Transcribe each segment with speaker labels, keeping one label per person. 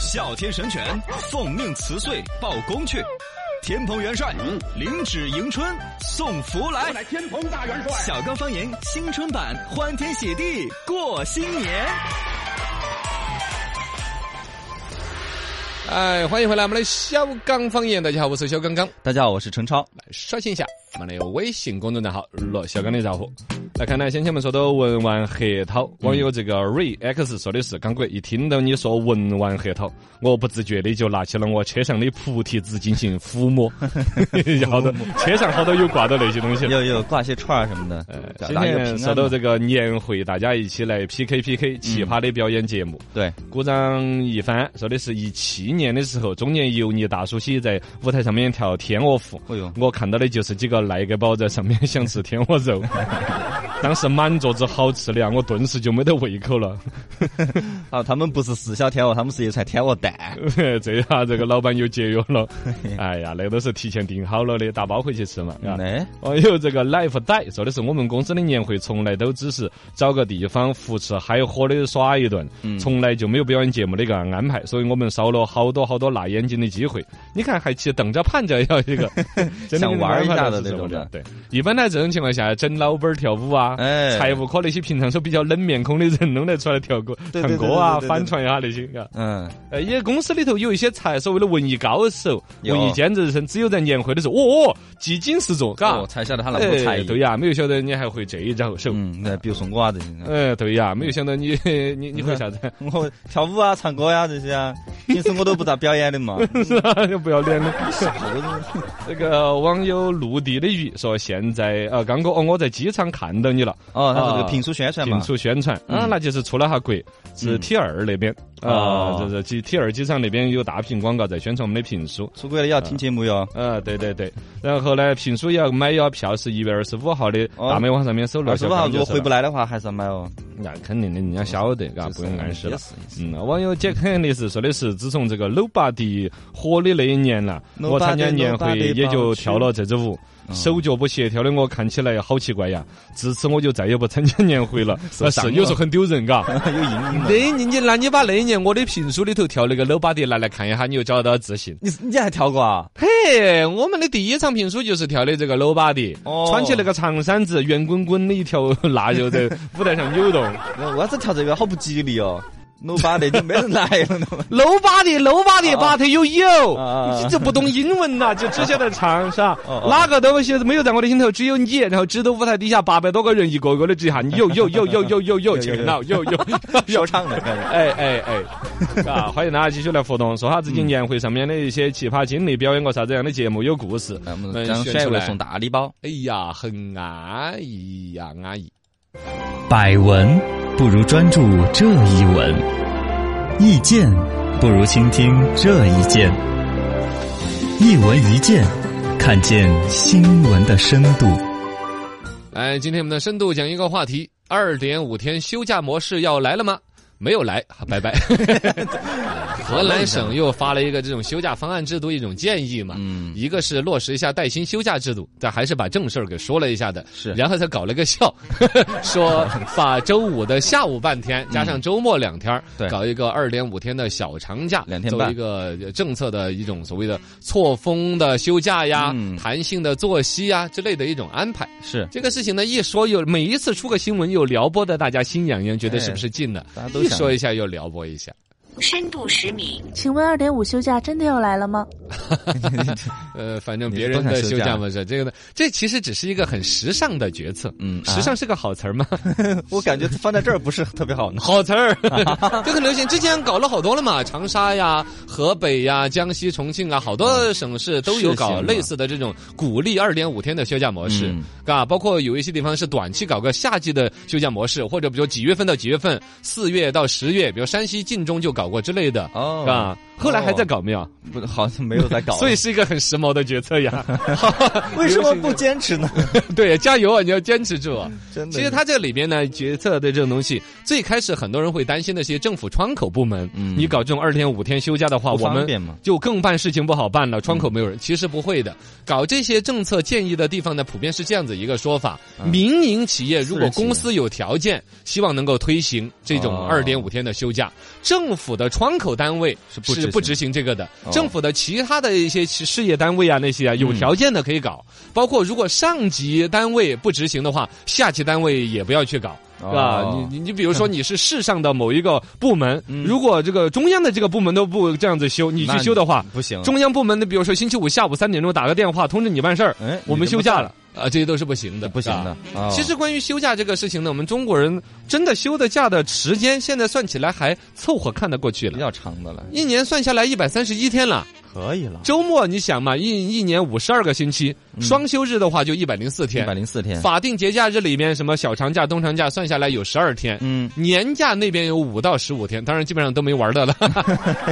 Speaker 1: 哮天神犬奉命辞岁报功去，天蓬元帅领旨迎春送福来。
Speaker 2: 乃天蓬大元帅。
Speaker 1: 小刚方言新春版，欢天喜地过新年。
Speaker 3: 哎，欢迎回来，我们的小刚方言，大家好，我是小刚刚。
Speaker 1: 大家好，我是陈超。
Speaker 3: 来刷新一下我们的微信公众账号“乐小刚的账户”。来看呢，先前我们说到文玩核桃，
Speaker 1: 嗯
Speaker 3: 网友这个 Ray X 说的是：刚哥一听到你说文玩核桃，我不自觉的就拿起了我车上的菩提子进行 抚摸，好多车上好多有挂到那些东西了。
Speaker 1: 又又挂些串儿什么的，表
Speaker 3: 今
Speaker 1: 达一个
Speaker 3: 天
Speaker 1: 平
Speaker 3: 说
Speaker 1: 安
Speaker 3: 到
Speaker 1: 嘛。
Speaker 3: 这个年会，大家一起来 PK PK 奇葩的表演节目。
Speaker 1: 对，
Speaker 3: 鼓掌一番，说的是一七年的时候，中年油腻大叔喜在舞台上面跳天鹅湖。
Speaker 1: 哎呦
Speaker 3: 我看到的就是几个癞个宝在上面 想吃天鹅肉， 当时满桌子好吃的啊，我顿时就没得胃口了。
Speaker 1: 啊，他们不是四小天鹅，他们是一串天鹅蛋。
Speaker 3: 这下这个老板又节约 了。哎呀，那都是提前订好了的，打包回去吃嘛。啊
Speaker 1: 哎，
Speaker 3: 网友这个 life 带说的是，我们公司的年会从来都只是找个地方胡吃海喝的耍一顿，
Speaker 1: 嗯
Speaker 3: 从来就没有表演节目的一个安排，所以我们少了好多好多辣眼睛的机会。你看，还去等着盼着要 一个真的
Speaker 1: 想玩一下的
Speaker 3: 安排
Speaker 1: 那
Speaker 3: 是什么
Speaker 1: 种的
Speaker 3: 对，一般呢这种情况下，整老板儿跳舞啊，
Speaker 1: 哎
Speaker 3: 财务科那些平常说比较冷面孔的人弄来出来跳歌、
Speaker 1: 对
Speaker 3: 唱
Speaker 1: 对
Speaker 3: 歌啊
Speaker 1: 对对对、对
Speaker 3: 反串一下那些，嘎。
Speaker 1: 嗯，
Speaker 3: 呃，也公司里头有一些才所谓的文艺高手、
Speaker 1: 有
Speaker 3: 文艺尖子生，只有在年会的时候，哦哦，技惊四座，嘎。
Speaker 1: 哦我才晓得他那么多才
Speaker 3: 哎
Speaker 1: 艺。
Speaker 3: 对呀，没有晓得你还会这一招手。
Speaker 1: 嗯，那比如说我啊这些，
Speaker 3: 呃，对呀，没有想到你 你你会啥子？
Speaker 1: 我跳舞啊、唱歌呀、这些啊，平时我都不咋表演的嘛。
Speaker 3: 是啊， 就不要脸了。
Speaker 1: 我
Speaker 3: 这个网友陆地的鱼说，现在呃，刚哥哦，我在机场看到你了，
Speaker 1: 哦，他是
Speaker 3: 啊
Speaker 1: 个评书宣传嘛
Speaker 3: 进。出宣传啊，
Speaker 1: 嗯
Speaker 3: 那就是出了下国，是 T 二那边啊
Speaker 1: 哦，
Speaker 3: 就是机 T 二机场那边有大屏广告在宣传我们的评书。
Speaker 1: 出国了也要听节目哟。
Speaker 3: 啊，对对对，然后呢，评书也要买要票，是一月二十五号的，
Speaker 1: 哦
Speaker 3: 大麦网上面搜
Speaker 1: 二十五号如果回不
Speaker 3: 来，
Speaker 1: 来的话，还是要买哦。
Speaker 3: 那肯定的，人家晓得，嘎，不用暗 示了
Speaker 1: 也。是也是
Speaker 3: 嗯，网友杰克尼斯说的是，自从这个 Nobody 火的那一年了，
Speaker 1: Nobody，
Speaker 3: 我参加年会
Speaker 1: Nobody
Speaker 3: 也就跳了这支舞，手脚不协调的我看起来好奇怪呀。自此我就再也不参加年会了，那
Speaker 1: 伤
Speaker 3: 是
Speaker 1: 了
Speaker 3: 有时候很丢人，嘎。
Speaker 1: 有阴影
Speaker 3: 那
Speaker 1: 了。
Speaker 3: 一年你那你把那一年我的评书里头跳那个 Nobody 拿来看一下，你又找到自信。
Speaker 1: 你你还跳过啊？
Speaker 3: 嘿，我们的第一场评书就是跳的这个 Nobody，
Speaker 1: 哦
Speaker 3: 穿起那个长衫子，圆滚滚的一条 腊肉在舞台上扭动。
Speaker 1: 我要是跳这个好不吉利哦。no 把的就没人来 了。
Speaker 3: Nobody Nobody but you you，、
Speaker 1: 啊啊啊
Speaker 3: 你这不懂英文呐、就只晓得唱是吧
Speaker 1: 哦？哦
Speaker 3: 哪个东西没有在我的心头，只有你。然后指着舞台底下八百多个人，一个个的指喊哟哟哟哟哟哟
Speaker 1: 有
Speaker 3: 哟，
Speaker 1: 有
Speaker 3: 全闹哟哟
Speaker 1: 说唱的感觉。
Speaker 3: 哎哎哎！啊，欢迎大家继续来互动，说下自己年会上面的一些奇葩经历，表演过啥子样的节目，有故事，
Speaker 1: 来我们
Speaker 3: 嗯
Speaker 1: 将
Speaker 3: 选
Speaker 1: 选一
Speaker 3: 出
Speaker 1: 位
Speaker 3: 来
Speaker 1: 送大礼包。
Speaker 3: 哎呀，很安逸呀，安逸。
Speaker 4: 百闻不如专注这一闻，意见不如倾听这一见。一闻一见，看见新闻的深度。
Speaker 3: 来，哎今天我们的深度讲一个话题：二点五天休假模式要来了吗？没有来， 拜 拜。河南省又发了一个这种休假方案制度一种建议嘛，
Speaker 1: 嗯
Speaker 3: 一个是落实一下带薪休假制度，但还是把正事儿给说了一下的，
Speaker 1: 是
Speaker 3: 然后才搞了个笑， 说把周五的下午半天加上周末两天儿，
Speaker 1: 嗯对
Speaker 3: 搞一个二点五天的小长假，
Speaker 1: 两天
Speaker 3: 作为
Speaker 1: 半
Speaker 3: 一个政策的一种所谓的错峰的休假呀、
Speaker 1: 嗯
Speaker 3: 弹性的作息呀之类的一种安排。
Speaker 1: 是，
Speaker 3: 这个事情呢，一说又每一次出个新闻又撩拨的大家心痒痒，觉得
Speaker 1: 哎
Speaker 3: 是不是近了？
Speaker 1: 大家都
Speaker 3: 一
Speaker 1: 想
Speaker 3: 说一下又撩拨一下，
Speaker 5: 深度十米，
Speaker 6: 请问二点五休假真的要来了吗？
Speaker 3: 呃，反正
Speaker 1: 你
Speaker 3: 别
Speaker 1: 是
Speaker 3: 人
Speaker 1: 多
Speaker 3: 的
Speaker 1: 想
Speaker 3: 休
Speaker 1: 休假
Speaker 3: 假嘛是这个呢，这其实只是一个很时尚的决策。
Speaker 1: 嗯
Speaker 3: 时尚是个好词儿吗？
Speaker 1: 我感觉放在这儿不是特别好呢。
Speaker 3: 好 词儿，这很流行。之前搞了好多了嘛，长沙呀、河北呀、江西、重庆啊，好多省市都有
Speaker 1: 是
Speaker 3: 搞
Speaker 1: 是嘛
Speaker 3: 类似的这种鼓励二点五天的休假模式
Speaker 1: 嗯，
Speaker 3: 啊，包括有一些地方是短期搞个夏季的休假模式，或者比如几月份到几月份，四月到十月，比如山西晋中就搞过之类的，
Speaker 1: 哦
Speaker 3: 啊。后来还在搞没有？
Speaker 2: 不，好像没有在搞
Speaker 3: 所以是一个很时髦的决策呀。
Speaker 2: 为什么不坚持呢？
Speaker 3: 对，加油啊！你要坚持住啊！
Speaker 2: 嗯真的，
Speaker 3: 其实它这里面呢，决策的这种东西，最开始很多人会担心那些政府窗口部门，
Speaker 2: 嗯
Speaker 3: 你搞这种二天五天休假的话，
Speaker 2: 不
Speaker 3: 我
Speaker 2: 方
Speaker 3: 们
Speaker 2: 便嘛嗯
Speaker 3: 就更办事情不好办了，窗口没有人。其实不会的，搞这些政策建议的地方呢，普遍是这样子一个说法：民营企业如
Speaker 2: 嗯私
Speaker 3: 果
Speaker 2: 人企业
Speaker 3: 公司有条件，希望能够推行这种
Speaker 2: 哦
Speaker 3: 二点五天的休假，政府的窗口单位
Speaker 2: 是不执
Speaker 3: 是
Speaker 2: 行
Speaker 3: 不执行这个的，
Speaker 2: 哦
Speaker 3: 政府的其他的一些事业单位啊那些啊，有
Speaker 2: 嗯
Speaker 3: 条件的可以搞。包括如果上级单位不执行的话，下级单位也不要去搞。是吧？
Speaker 2: 哦
Speaker 3: 你你你，比如 说你是市上的某一个部门，
Speaker 2: 嗯
Speaker 3: 如果这个中央的这个部门都不这样子休，你
Speaker 2: 那嗯
Speaker 3: 去修的话，
Speaker 2: 不行，
Speaker 3: 中央部门的，比如说星期五下午三点钟打个电话通知你办事儿
Speaker 2: 哎，
Speaker 3: 我们
Speaker 2: 你就
Speaker 3: 休
Speaker 2: 不
Speaker 3: 假
Speaker 2: 在
Speaker 3: 了，啊，这些都是不行的，
Speaker 2: 不行
Speaker 3: 是
Speaker 2: 的
Speaker 3: 吧。。
Speaker 2: 哦
Speaker 3: 啊其实关于休假这个事情呢，我们中国人真的休的假的时间，现在算起来还凑合看得过去
Speaker 2: 比
Speaker 3: 了。
Speaker 2: 较长的了，
Speaker 3: 一年算下来一百三十一天了，
Speaker 2: 可以了，
Speaker 3: 周末你想嘛，一一年五十二个星期，双休日的话就嗯一百零四
Speaker 2: 一
Speaker 3: 天
Speaker 2: 百，零四天，
Speaker 3: 法定节假日里面什么小长假、冬长假算下来有十二天，
Speaker 2: 嗯，
Speaker 3: 年假那边有五到十五天，当然基本上都没玩的了。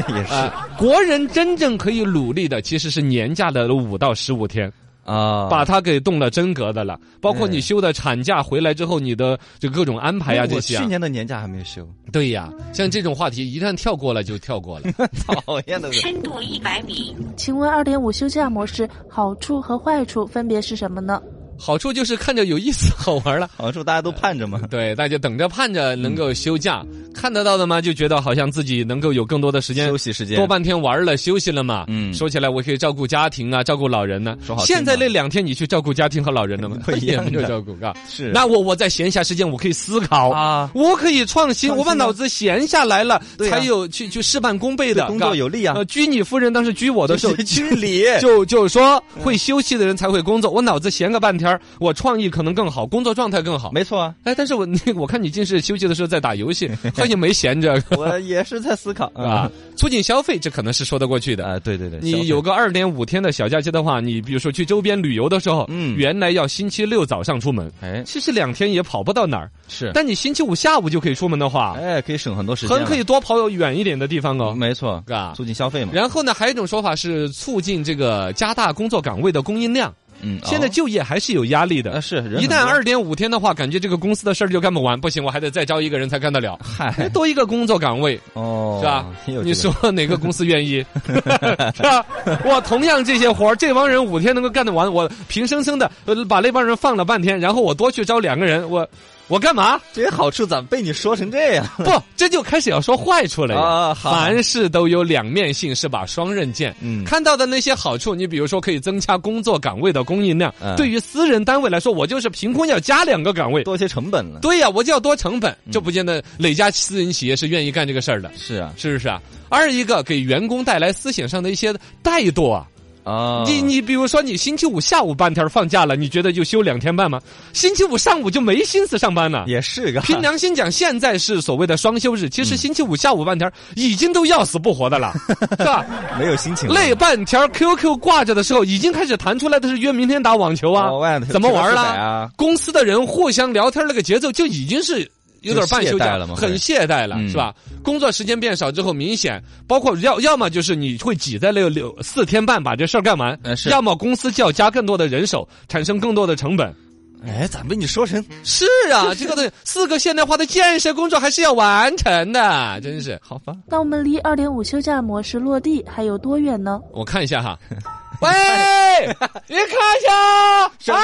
Speaker 2: 也是
Speaker 3: 啊，国人真正可以努力的其实是年假的五到十五天，
Speaker 1: 哦
Speaker 2: 啊，
Speaker 3: 把它给动了真格的了。包括你
Speaker 2: 嗯
Speaker 3: 休的产假回来之后，你的这各种安排啊
Speaker 2: 哎我
Speaker 3: 这些啊
Speaker 2: 去，年的年假还没 休，
Speaker 3: 对呀，像这种话题一旦跳过了就跳 过了。
Speaker 2: 讨厌的
Speaker 5: 深度一百米，
Speaker 6: 请问二点五休假模式好处和坏处分别是什么呢？
Speaker 3: 好处就是看着有意思好玩了。
Speaker 2: 好处大家都盼着嘛，
Speaker 3: 对，大家等着盼着能够休假，看得到的吗？就觉得好像自己能够有更多的时间
Speaker 2: 嗯休息时间
Speaker 3: 多半天玩了，休息了嘛。嗯，
Speaker 2: 嗯
Speaker 3: 说起来我可以照顾家庭啊，照顾老人呢、
Speaker 2: 说好听
Speaker 3: 现在
Speaker 2: 嘛
Speaker 3: 那两天你去照顾家庭和老人了吗？
Speaker 2: 不一样的
Speaker 3: 也没有照顾，啊。
Speaker 2: 是
Speaker 3: 那我我在闲暇时间我可以思考
Speaker 2: 啊
Speaker 3: 我可以创新，
Speaker 2: 创新啊
Speaker 3: 我把脑子闲下来了，
Speaker 2: 对啊
Speaker 3: 才有去去事半功倍的
Speaker 2: 对工作有利啊
Speaker 3: 呃，居你夫人当时居我 的时候，
Speaker 2: 居里
Speaker 3: 就就说会休息的人才会工
Speaker 2: 嗯
Speaker 3: 作，我脑子闲个半天儿我创意可能更好，工作状态更好。
Speaker 2: 没错啊，
Speaker 3: 哎，但是我 我看你尽是休息的时候在打游 戏，好像没闲着
Speaker 2: 我也是在思考
Speaker 3: 啊
Speaker 2: 啊。
Speaker 3: 促进消费，这可能是说得过去的。
Speaker 2: 啊，对对对，消
Speaker 3: 你
Speaker 2: 费
Speaker 3: 有个二点五天的小假期的话，你比如说去周边旅游的时候，
Speaker 2: 嗯
Speaker 3: 原来要星期六早上出门，
Speaker 2: 哎
Speaker 3: 其实两天也跑不到哪儿，
Speaker 2: 是，
Speaker 3: 但你星期五下午就可以出门的话，
Speaker 2: 哎可以省很多时间，嗯
Speaker 3: 很可以，多跑远一点的地方哦。
Speaker 2: 没错
Speaker 3: 啊
Speaker 2: 促进消费嘛，
Speaker 3: 然后呢，还有一种说法是促进这个加大工作岗位的供应量。
Speaker 2: 嗯，
Speaker 3: 现在
Speaker 2: 哦
Speaker 3: 就业还是有压力的
Speaker 2: 啊，是人
Speaker 3: 一
Speaker 2: 很
Speaker 3: 旦
Speaker 2: 多
Speaker 3: 二点五天的话，感觉这个公司的事儿就干不完，不行，我还得再招一个人才干得了。哎
Speaker 2: 嗨
Speaker 3: 多一个工作岗位
Speaker 2: 哦
Speaker 3: 是吧？
Speaker 2: 也有
Speaker 3: 你
Speaker 2: 这个
Speaker 3: 说哪个公司愿 意？是吧？我同样这些活儿，这帮人五天能够干得完，我平生生的呃把那帮人放了半天，然后我多去招两个人，我我干 嘛？
Speaker 2: 这些好处咋被你说成这样？
Speaker 3: 不，这就开始要说坏处了呀。
Speaker 2: 啊好
Speaker 3: 凡事都有两面性，是把双刃剑。
Speaker 2: 嗯
Speaker 3: 看到的那些好处，你比如说可以增加工作岗位的供应量，
Speaker 2: 嗯
Speaker 3: 对于私人单位来说，我就是凭空要加两个岗位。
Speaker 2: 多些成本了。
Speaker 3: 对呀、我就要多成
Speaker 2: 嗯
Speaker 3: 本，这不见得哪家私人企业是愿意干这个事儿的，
Speaker 2: 是啊
Speaker 3: 是不是啊？二一个给员工带来思想上的一些怠惰啊，
Speaker 2: 啊，
Speaker 3: 你你比如说你星期五下午半天儿放假了，你觉得就休两天半吗？星期五上午就没心思上班了。
Speaker 2: 也是个
Speaker 3: 凭良心讲，现在是所谓的双休日，其实星期五下午半天儿已经都要死不活的了，是吧？
Speaker 2: 没有心情了，
Speaker 3: 累半天儿 QQ 挂着的时候，已经开始弹出来的是约明天打网球啊，
Speaker 2: 哦外头
Speaker 3: 怎么玩儿
Speaker 2: 吃
Speaker 3: 啦、
Speaker 2: 个四百啊
Speaker 3: 公司的人互相聊天儿那个节奏就已经是。有点半休
Speaker 2: 就懈
Speaker 3: 假
Speaker 2: 怠了嘛
Speaker 3: 很
Speaker 2: 会
Speaker 3: 懈怠了，
Speaker 2: 嗯
Speaker 3: 是吧？工作时间变少之后，明显包括要要么就是你会挤在那六四天半把这事儿干完
Speaker 2: 呃，是
Speaker 3: 要么公司就要加更多的人手，产生更多的成本。
Speaker 2: 哎，咋被你说 成
Speaker 3: 是啊， 这个东西四个现代化的建设工作还是要完成的，真是。
Speaker 2: 嗯好吧？
Speaker 6: 那我们离二点五休假模式落地还有多远呢？
Speaker 3: 我看一下 哈，喂，你看一 下啊，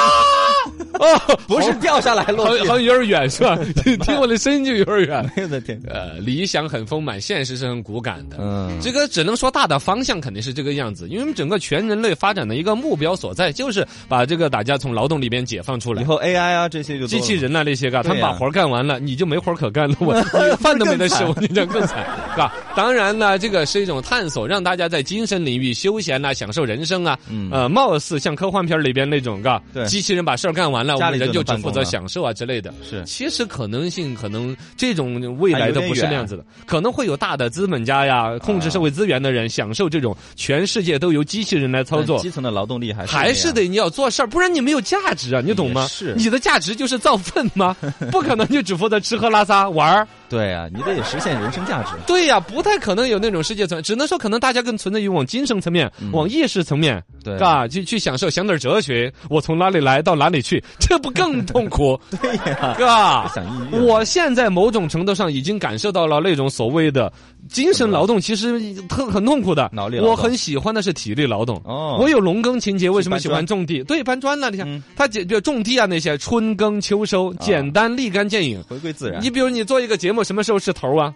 Speaker 3: 哦，
Speaker 2: 不是掉下来
Speaker 3: 好
Speaker 2: 落
Speaker 3: 好
Speaker 2: 地，
Speaker 3: 像有点远是吧？ 你听我的声音就有点远。
Speaker 2: 哎呦我的天，
Speaker 3: 呃，理想很丰满，现实是很骨感的。
Speaker 2: 嗯
Speaker 3: 这个只能说大的方向肯定是这个样子，因为我们整个全人类发展的一个目标所在，就是把这个大家从劳动里边解放出来
Speaker 2: 以。后 AI 啊这些就多
Speaker 3: 机
Speaker 2: 了
Speaker 3: 器人呐、那些嘎，他
Speaker 2: 对
Speaker 3: 们把
Speaker 2: 呀
Speaker 3: 活儿干完了，你就没活儿可干了， 我你饭都没得吃，我跟你讲更惨，嘎。当然呢，这个是一种探索，让大家在精神领域休闲呐、享受人生啊。
Speaker 2: 嗯
Speaker 3: 呃，貌似像科幻片儿里边那种嘎，
Speaker 2: 对
Speaker 3: 机器人把事儿干完了，我
Speaker 2: 家
Speaker 3: 们
Speaker 2: 里
Speaker 3: 人就
Speaker 2: 就能
Speaker 3: 只
Speaker 2: 办
Speaker 3: 负
Speaker 2: 公
Speaker 3: 责
Speaker 2: 了
Speaker 3: 享受啊之类的。
Speaker 2: 是
Speaker 3: 其实可能性可能这种未来的
Speaker 2: 还有点
Speaker 3: 不是那样子的，可能会有大的资本家呀，控制社
Speaker 2: 啊
Speaker 3: 会资源的人享受这种全世界都由机器人来操
Speaker 2: 但
Speaker 3: 作。
Speaker 2: 哎基层的劳动力还是
Speaker 3: 还是
Speaker 2: 那样
Speaker 3: 得你要做事儿，不然你没有价值啊，你懂吗？
Speaker 2: 也 是
Speaker 3: 你的价值就是造粪吗？不可能就只负责吃喝拉撒玩儿，
Speaker 2: 对啊，你得实现人生价值。
Speaker 3: 对呀、不太可能有那种世界层，只能说可能大家更存在于往精神层面、往意识层面，
Speaker 2: 嗯对
Speaker 3: 嘎，去去享受，想点哲学，我从哪里来到哪里去， 这不更痛苦？
Speaker 2: 对呀，
Speaker 3: 嘎，
Speaker 2: 想抑郁了
Speaker 3: 我现在某种程度上已经感受到了那种所谓的精神劳动，其实很很痛苦的。
Speaker 2: 脑力劳动
Speaker 3: 我很喜欢的是体力劳动。
Speaker 2: 哦
Speaker 3: 我有农耕情节，为什么喜
Speaker 2: 搬
Speaker 3: 欢
Speaker 2: 砖
Speaker 3: 种地？对，搬砖了，你
Speaker 2: 嗯啊
Speaker 3: 看，它解决种地啊那些春耕秋收，简单立竿见影。
Speaker 2: 回归自然
Speaker 3: 你。比如你做一个节目，什么时候是头 啊？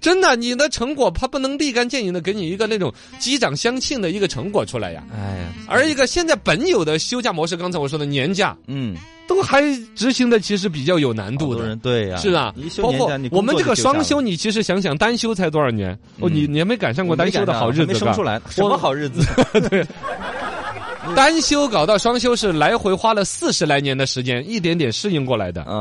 Speaker 3: 真的，你的成果它不能立竿见影的给你一个那种击掌相庆的一个成果出来呀。
Speaker 2: 哎呀，
Speaker 3: 而一个现在本有的休假模式，刚才我说的年假，
Speaker 2: 嗯，
Speaker 3: 都还执行的其实比较有难
Speaker 2: 好
Speaker 3: 度
Speaker 2: 多
Speaker 3: 的
Speaker 2: 人。对呀，
Speaker 3: 是啊
Speaker 2: 你，休
Speaker 3: 包
Speaker 2: 年
Speaker 3: 括
Speaker 2: 假，你工
Speaker 3: 我们
Speaker 2: 作
Speaker 3: 这个
Speaker 2: 就休假
Speaker 3: 双休，
Speaker 2: 了，嗯
Speaker 3: 你其实想想，单休才多少年？哦，你你还没赶上过
Speaker 2: 我
Speaker 3: 单休的好日
Speaker 2: 啊没
Speaker 3: 子，
Speaker 2: 生
Speaker 3: 吧？
Speaker 2: 出来什么好日 子？
Speaker 3: 单休搞到双休是来回花了四十来年的时间，一点点适应过来的
Speaker 2: 啊，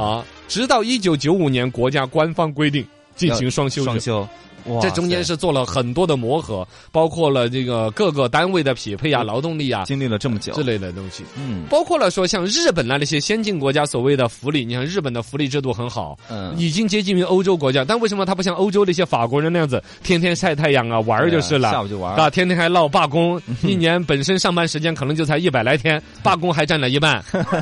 Speaker 3: 啊。直到一九九五年，国家官方规定进行双休制
Speaker 2: 双休，哇
Speaker 3: 这中间
Speaker 2: 塞
Speaker 3: 是做了很多的磨合，包括了这个各个单位的匹配
Speaker 2: 嗯
Speaker 3: 啊、劳动力啊
Speaker 2: 经历了这么久
Speaker 3: 之，类的东西。
Speaker 2: 嗯
Speaker 3: 包括了说像日本啊那些先进国家所谓的福利，你看日本的福利制度很好，
Speaker 2: 嗯
Speaker 3: 已经接近于欧洲国家，但为什么他不像欧洲那些法国人那样子天天晒太阳啊玩儿就是
Speaker 2: 对啊下
Speaker 3: 了
Speaker 2: 午？就玩儿，
Speaker 3: 啊，天天还闹罢 工，一年本身上班时间可能就才一百来天，罢工还占了一 半，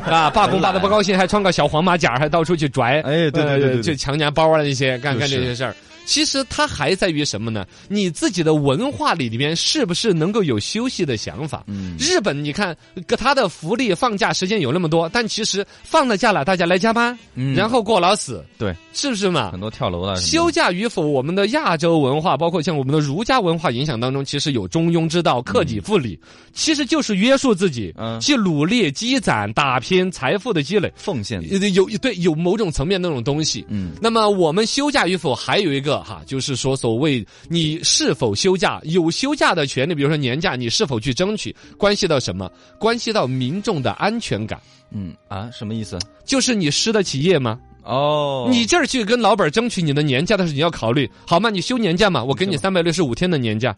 Speaker 3: 啊，罢工罢的不高兴，还穿个小黄马甲，还到处去拽，
Speaker 2: 哎对对
Speaker 3: 呃
Speaker 2: 对对对
Speaker 3: 去强夹包啊那些，干干
Speaker 2: 就是
Speaker 3: 这些事儿。其实它还在于什么呢？你自己的文化里里边是不是能够有休息的想法？
Speaker 2: 嗯，
Speaker 3: 日本，你看个它的福利放假时间有那么多，但其实放了假了，大家来加班，
Speaker 2: 嗯
Speaker 3: 然后过劳死，
Speaker 2: 对，
Speaker 3: 是不是嘛
Speaker 2: 很？多跳楼的啊什么的
Speaker 3: 休假与否，我们的亚洲文化，包括像我们的儒家文化影响当中，其实有中庸之道、克己复礼，其实就是约束自己，
Speaker 2: 嗯
Speaker 3: 去努力积攒、打拼财富的积累，
Speaker 2: 奉献，
Speaker 3: 有有对有某种层面那种东西。
Speaker 2: 嗯，
Speaker 3: 那么我们休假与否还有一个哈，就是说所谓你是否休假，有休假的权利，比如说年假，你是否去争取，关系到什么？关系到民众的安全感。
Speaker 2: 嗯啊，什么意思？
Speaker 3: 就是你失得起业吗？
Speaker 2: 哦，
Speaker 3: 你这儿去跟老板争取你的年假的时候，你要考虑，好嘛，你休年假嘛，我给你三百六十五天的年 假，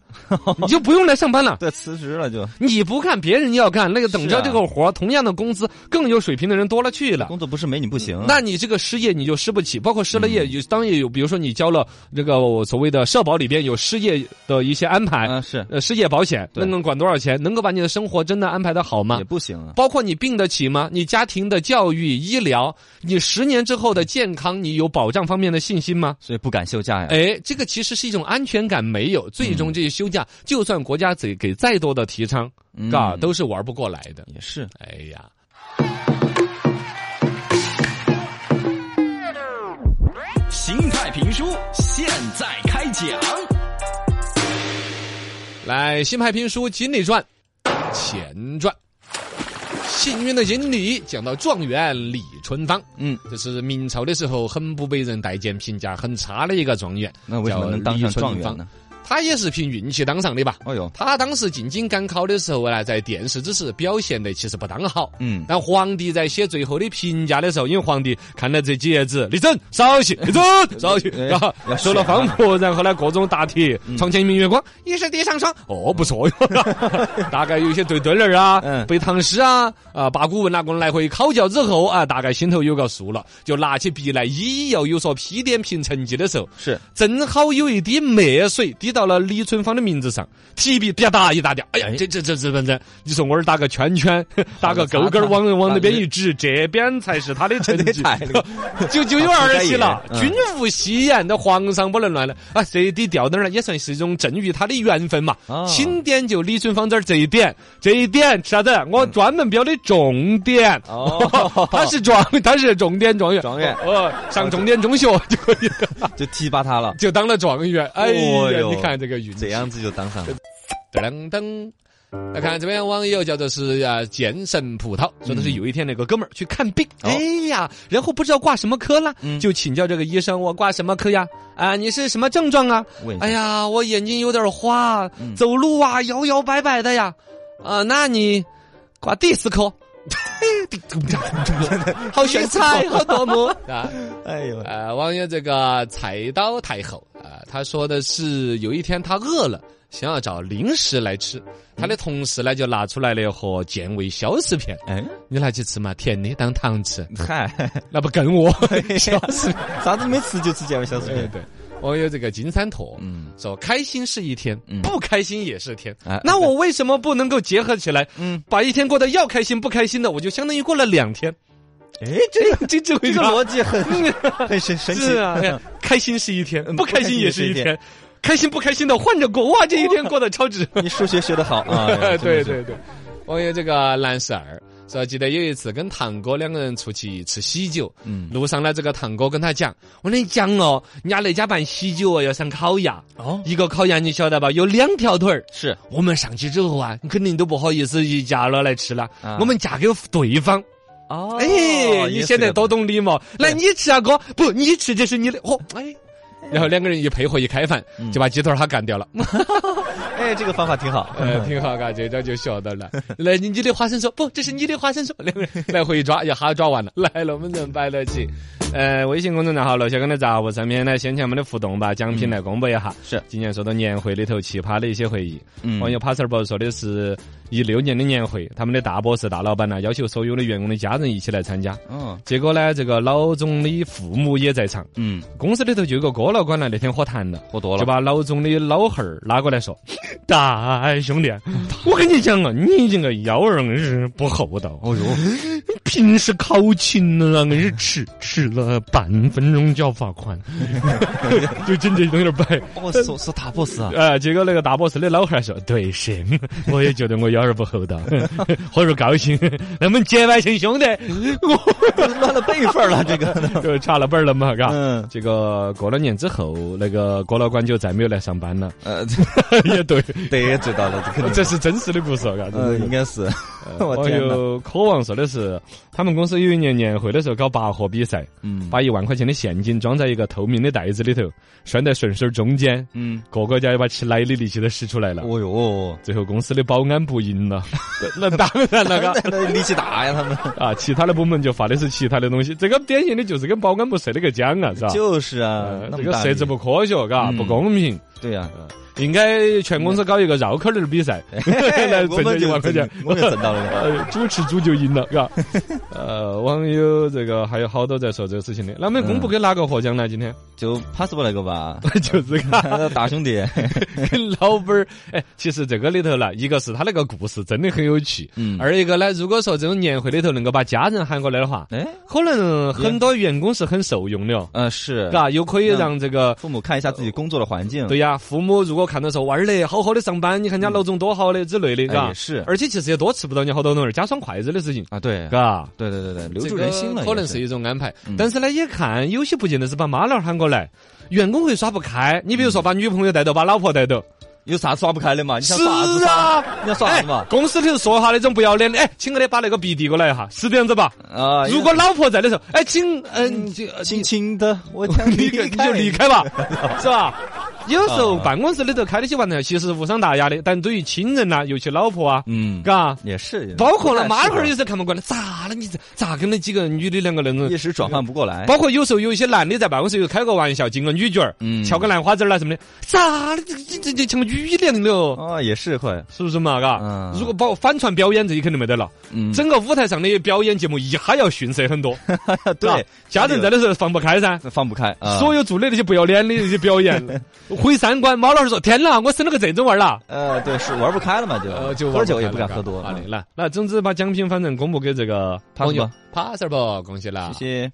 Speaker 3: 你就不用来上班了。
Speaker 2: 对辞职了就
Speaker 3: 你不干，别人要干，那个等
Speaker 2: 是
Speaker 3: 着
Speaker 2: 啊
Speaker 3: 这个活儿，同样的工资，更有水平的人多了去了。
Speaker 2: 工作不是没你不行啊，
Speaker 3: 那你这个失业你就失不起，包括失了
Speaker 2: 嗯
Speaker 3: 业，有当然也有，比如说你交了这个我所谓的社保里边有失业的一些安排，
Speaker 2: 啊是
Speaker 3: 呃，失业保险
Speaker 2: 对
Speaker 3: 那能管多少钱？能够把你的生活真的安排的好吗
Speaker 2: 也？不行啊，
Speaker 3: 包括你病得起吗？你家庭的教育、医疗，你十年之后的健康，你有保障方面的信心吗？
Speaker 2: 所以不敢休假呀。
Speaker 3: 哎，这个其实是一种安全感没有，最终这些休假，就算国家给给再多的提倡，
Speaker 2: 嗯
Speaker 3: 嘎、都是玩不过来的。
Speaker 2: 也是，
Speaker 3: 哎呀。
Speaker 1: 形态评书现在开讲。
Speaker 3: 来，新派评书《锦鲤传》前传。幸运的锦鲤讲到状元李春芳，
Speaker 2: 嗯，
Speaker 3: 这是明朝的时候很不被人待见、评价很差的一个状元。
Speaker 2: 那为什么能当上状元呢？
Speaker 3: 他也是凭运气当上的吧？
Speaker 2: 哦哟，
Speaker 3: 他当时进京赶考的时候呢，在殿试只是表现的其实不当好。
Speaker 2: 嗯，
Speaker 3: 但皇帝在写最后的评价的时候，因为皇帝看了这几爷子，立正稍息， 立正稍息，
Speaker 2: 哎
Speaker 3: 然后
Speaker 2: 要嗯
Speaker 3: 受了
Speaker 2: 选
Speaker 3: 方婆，然后呢各种答题，床前明月光，疑是地上霜。哦，不 错哟，大概有一些对对联儿啊
Speaker 2: 嗯，
Speaker 3: 背唐诗啊，啊八股文啊，各种来回考教之后啊，大概心头有个数了，就拿起笔来一一要有所批点评成绩的时候，
Speaker 2: 是
Speaker 3: 正好有一滴墨水滴到了李春芳的名字上，提笔啪嗒一大掉。哎呀
Speaker 2: 哎，
Speaker 3: 这这这这这这！你说我这打个圈圈，打个勾勾儿，
Speaker 2: 好
Speaker 3: 往往那边
Speaker 2: 把
Speaker 3: 一
Speaker 2: 你
Speaker 3: 指，这边才是他的成
Speaker 2: 得
Speaker 3: 绩
Speaker 2: 踩，
Speaker 3: 就就有儿戏了。
Speaker 2: 嗯
Speaker 3: 君无戏言，那皇上不能乱来啊！这一滴掉那儿了，也算是一种赠予他的缘分嘛
Speaker 2: 哦。
Speaker 3: 钦点就李春芳这儿这一点，这一点是啥子？我专门标的重点。
Speaker 2: 哦
Speaker 3: 他是状，他是重点状元，
Speaker 2: 状元
Speaker 3: 哦，上重点中学就可以了。
Speaker 2: 就提拔他了，
Speaker 3: 就当了状元。哎
Speaker 2: 哦
Speaker 3: 呀，
Speaker 2: 哟
Speaker 3: 你看这个运气
Speaker 2: 这，样子就当上了。
Speaker 3: 噔噔。来看这边网友叫做是啊，剑神葡萄说的是有一天那个哥们儿去看病，
Speaker 2: 嗯哦
Speaker 3: 哎呀，然后不知道挂什么科了，
Speaker 2: 嗯
Speaker 3: 就请教这个医生，我挂什么科呀？啊，你是什么症状啊？
Speaker 2: 问一下
Speaker 3: 哎呀，我眼睛有点花，
Speaker 2: 嗯
Speaker 3: 走路啊摇摇摆摆的呀。啊，那你挂第四 科，好炫彩，好夺 目啊！
Speaker 2: 哎呦，
Speaker 3: 呃，网友这个菜刀太后啊、呃他说的是有一天他饿了，先要找零食来吃。他的同事呢就拿出来了一盒健胃消食片，
Speaker 2: 嗯，
Speaker 3: 你拿去吃嘛，甜的当糖 吃，
Speaker 2: 嗨，
Speaker 3: 那不更 饿？消食片。
Speaker 2: 啥子没吃就吃健胃消食
Speaker 3: 对
Speaker 2: 片，
Speaker 3: 对，我有这个金三坨，
Speaker 2: 嗯
Speaker 3: 说开心是一天，
Speaker 2: 嗯
Speaker 3: 不开心也是天。
Speaker 2: 哎
Speaker 3: 那我为什么不能够结合起来？
Speaker 2: 嗯，
Speaker 3: 把一天过得要开心不开心的，我就相当于过了两天。
Speaker 2: 哎，这 个
Speaker 3: 这这
Speaker 2: 这
Speaker 3: 回
Speaker 2: 个
Speaker 3: 答
Speaker 2: 逻辑很很神神奇嗯
Speaker 3: 是 啊，哎呀开心是一天，不开心也是一
Speaker 2: 不开心也是一
Speaker 3: 天，开心不开心的换着过，哇，这一天过得超值。
Speaker 2: 你数学学得好啊！
Speaker 3: 哎 对
Speaker 2: 真的是，
Speaker 3: 对对，我有这个男士二。说记得有一次跟堂哥两个人出去吃喜酒，
Speaker 2: 嗯
Speaker 3: 路上呢这个堂哥跟他讲，我跟你讲哦，人家那家办喜酒哦要上烤鸭，
Speaker 2: 哦，
Speaker 3: 一个烤鸭你晓得吧，有两条腿儿。
Speaker 2: 是
Speaker 3: 我们上去之后啊，你肯定都不好意思一家了来吃了，
Speaker 2: 啊
Speaker 3: 我们嫁给对方。
Speaker 2: 哦
Speaker 3: 哎，你现在多
Speaker 2: 懂
Speaker 3: 懂礼貌，来你吃啊哥，不你吃这是你的，嚯、哎。嗯然后两个人一配合一开饭，就把鸡腿儿哈干掉了，
Speaker 2: 哎，这个方法 挺好。
Speaker 3: 呃，挺好嘎，这招就学到了。 来，你你的花生说不，这是你的花生说， 两个人来回一抓，一哈抓完了，来龙门阵摆到起。呃，微信公众账号“楼下跟的杂物”上面呢，先前我们的互动吧，奖品来公布一下。
Speaker 2: 是
Speaker 3: 今年说到年会里头奇葩的一些回忆。
Speaker 2: 嗯
Speaker 3: 网友 Passer 宝说的是一六年的年会，他们的大 boss 大老板呢，要求所有的员工的家人一起来参加。
Speaker 2: 嗯
Speaker 3: 结果呢，这个老总的父母也在场。
Speaker 2: 嗯，
Speaker 3: 公司里头就有个哥老倌呢，那天喝痰了，
Speaker 2: 喝多
Speaker 3: 就
Speaker 2: 了
Speaker 3: 把老总的老汉儿拉过来说：“ 大 兄弟，我跟你讲啊，你这个幺儿硬是不厚 道。
Speaker 2: 哎
Speaker 3: 哦哟，平时考勤了，硬是迟迟了半分钟就要罚 款，就整这东西儿摆。”
Speaker 2: 哦，是是大 boss 啊，
Speaker 3: 啊，结果那个大 boss 的老汉儿说：“对，是， 我也觉得我有点儿不厚道， 我说高兴，那么结拜成 兄弟，我
Speaker 2: 乱了辈分了，这 个。
Speaker 3: 就查了本儿了嘛，嘎。
Speaker 2: 嗯
Speaker 3: 结果过了年之后，那个郭老倌就再没有来上班了，
Speaker 2: 呃，
Speaker 3: 也对，
Speaker 2: 得罪到了，这 肯定。
Speaker 3: 这是真实的故事，嘎。
Speaker 2: 嗯，应该是。 我
Speaker 3: 网
Speaker 2: 天哪！
Speaker 3: 友渴望说的是，他们公司有一年年会的时候搞拔河比赛，
Speaker 2: 嗯
Speaker 3: 把一万块钱的现金装在一个透明的袋子里头，拴在顺手中间，
Speaker 2: 嗯，
Speaker 3: 各个家把吃奶的力气都使出来了。
Speaker 2: 哦哟，
Speaker 3: 最后公司的保安部赢 了，那那当然了，嘎。
Speaker 2: 那力气大呀，他们。
Speaker 3: 啊，其他的部门就发的是其他的东西，这个典型的就是跟保安部设了个奖啊，是吧？
Speaker 2: 就是啊
Speaker 3: 呃，
Speaker 2: 那
Speaker 3: 这
Speaker 2: 么
Speaker 3: 个
Speaker 2: 大
Speaker 3: 设置
Speaker 2: 力
Speaker 3: 不科学，嘎，
Speaker 2: 嗯
Speaker 3: 不公平。
Speaker 2: 对呀，
Speaker 3: 应该全公司搞一个绕口令儿比赛， 来
Speaker 2: 我
Speaker 3: 挣
Speaker 2: 们
Speaker 3: 这一
Speaker 2: 就
Speaker 3: 万块钱。
Speaker 2: 我也挣到了。
Speaker 3: 呃，主持主就赢了，嘎。 呃，网友这个还有好多在说这个事情的。那我们公布给哪个获奖呢？今天
Speaker 2: 就 pass 不那个 吧，
Speaker 3: 就是嘎，
Speaker 2: 大兄 弟。嗯
Speaker 3: 跟 老板儿。哎，其实这个里头呢，一个是他那个故事真的很有趣，
Speaker 2: 嗯
Speaker 3: 二一个呢，如果说这种年会里头能够把家人喊过来的话，
Speaker 2: 哎，
Speaker 3: 可能很多员工是很受用的哦，
Speaker 2: 呃，是。
Speaker 3: 嘎，又可以让这个。
Speaker 2: 父母看一下自己工作的环境。
Speaker 3: 对呀，父母如果看到说娃儿嘞，好好的上班，你看人家老总多好的之类的，
Speaker 2: 嗯哎，
Speaker 3: 嘎
Speaker 2: 也，是
Speaker 3: 而且其实也多吃不到你好多东西儿，加双筷子的事情，
Speaker 2: 啊，对，
Speaker 3: 嘎。
Speaker 2: 对对对对，留
Speaker 3: 这
Speaker 2: 住
Speaker 3: 个
Speaker 2: 人心了也，
Speaker 3: 可能是一种安排
Speaker 2: 嗯。
Speaker 3: 但是呢，也看有些不见得是把妈老汉儿喊过来，员工会耍不开。你比如
Speaker 2: 嗯
Speaker 3: 说，把女朋友带走，把老婆带走，
Speaker 2: 有啥耍不开的嘛？你想耍啥子
Speaker 3: 是
Speaker 2: 耍？
Speaker 3: 啊，
Speaker 2: 你想耍啥子嘛
Speaker 3: 哎？公司里头说下那种不要脸的，哎，亲爱的，把那个笔递过来一下，是这样子吧？
Speaker 2: 啊，
Speaker 3: 如果老婆在的时候，哎，亲，嗯，你就
Speaker 2: 轻轻的，我想
Speaker 3: 你
Speaker 2: 离
Speaker 3: 就
Speaker 2: 开，啊
Speaker 3: 你就离开 吧，是吧？有时候办公室里头开那些玩笑，其实无伤大雅的，但对于亲人呐、尤其老婆啊，
Speaker 2: 嗯，
Speaker 3: 嘎。
Speaker 2: 也是，
Speaker 3: 包括了妈老
Speaker 2: 不
Speaker 3: 汉
Speaker 2: 太
Speaker 3: 儿
Speaker 2: 适
Speaker 3: 有时候看不惯了，咋了？你这咋跟那几个女的两个那啊种
Speaker 2: 合一时转换不过来。
Speaker 3: 包括有时候有一些男的在办公室又开个玩笑，进个女角儿，
Speaker 2: 嗯
Speaker 3: 翘个兰花指儿啦什么的，咋的？这这这这像个雨娘了，
Speaker 2: 啊，也是会，
Speaker 3: 是不是嘛？嘎、
Speaker 2: 嗯
Speaker 3: 如果包反串表演，这些肯定没得了。
Speaker 2: 嗯，
Speaker 3: 整个舞台上的表演节目一哈要逊色很多，嘎
Speaker 2: 对，
Speaker 3: 家人在的时候放不开噻。
Speaker 2: 放不开啊。
Speaker 3: 所
Speaker 2: 有
Speaker 3: 有做的那些不要脸的那些表演，毁三观。猫老师说：“天哪，我生了个这种娃儿啦！”
Speaker 2: 呃，对，是玩不开了嘛，就
Speaker 3: 呃，就玩
Speaker 2: 喝酒
Speaker 3: 开
Speaker 2: 也
Speaker 3: 了啊
Speaker 2: 不敢
Speaker 3: 嘎
Speaker 2: 喝多。嗯
Speaker 3: 好嘞，来，那总之把奖品反正公布给这个
Speaker 2: 帕斯
Speaker 3: 朋友
Speaker 2: 伯
Speaker 3: 帕 a 不，恭喜啦！
Speaker 2: 谢谢。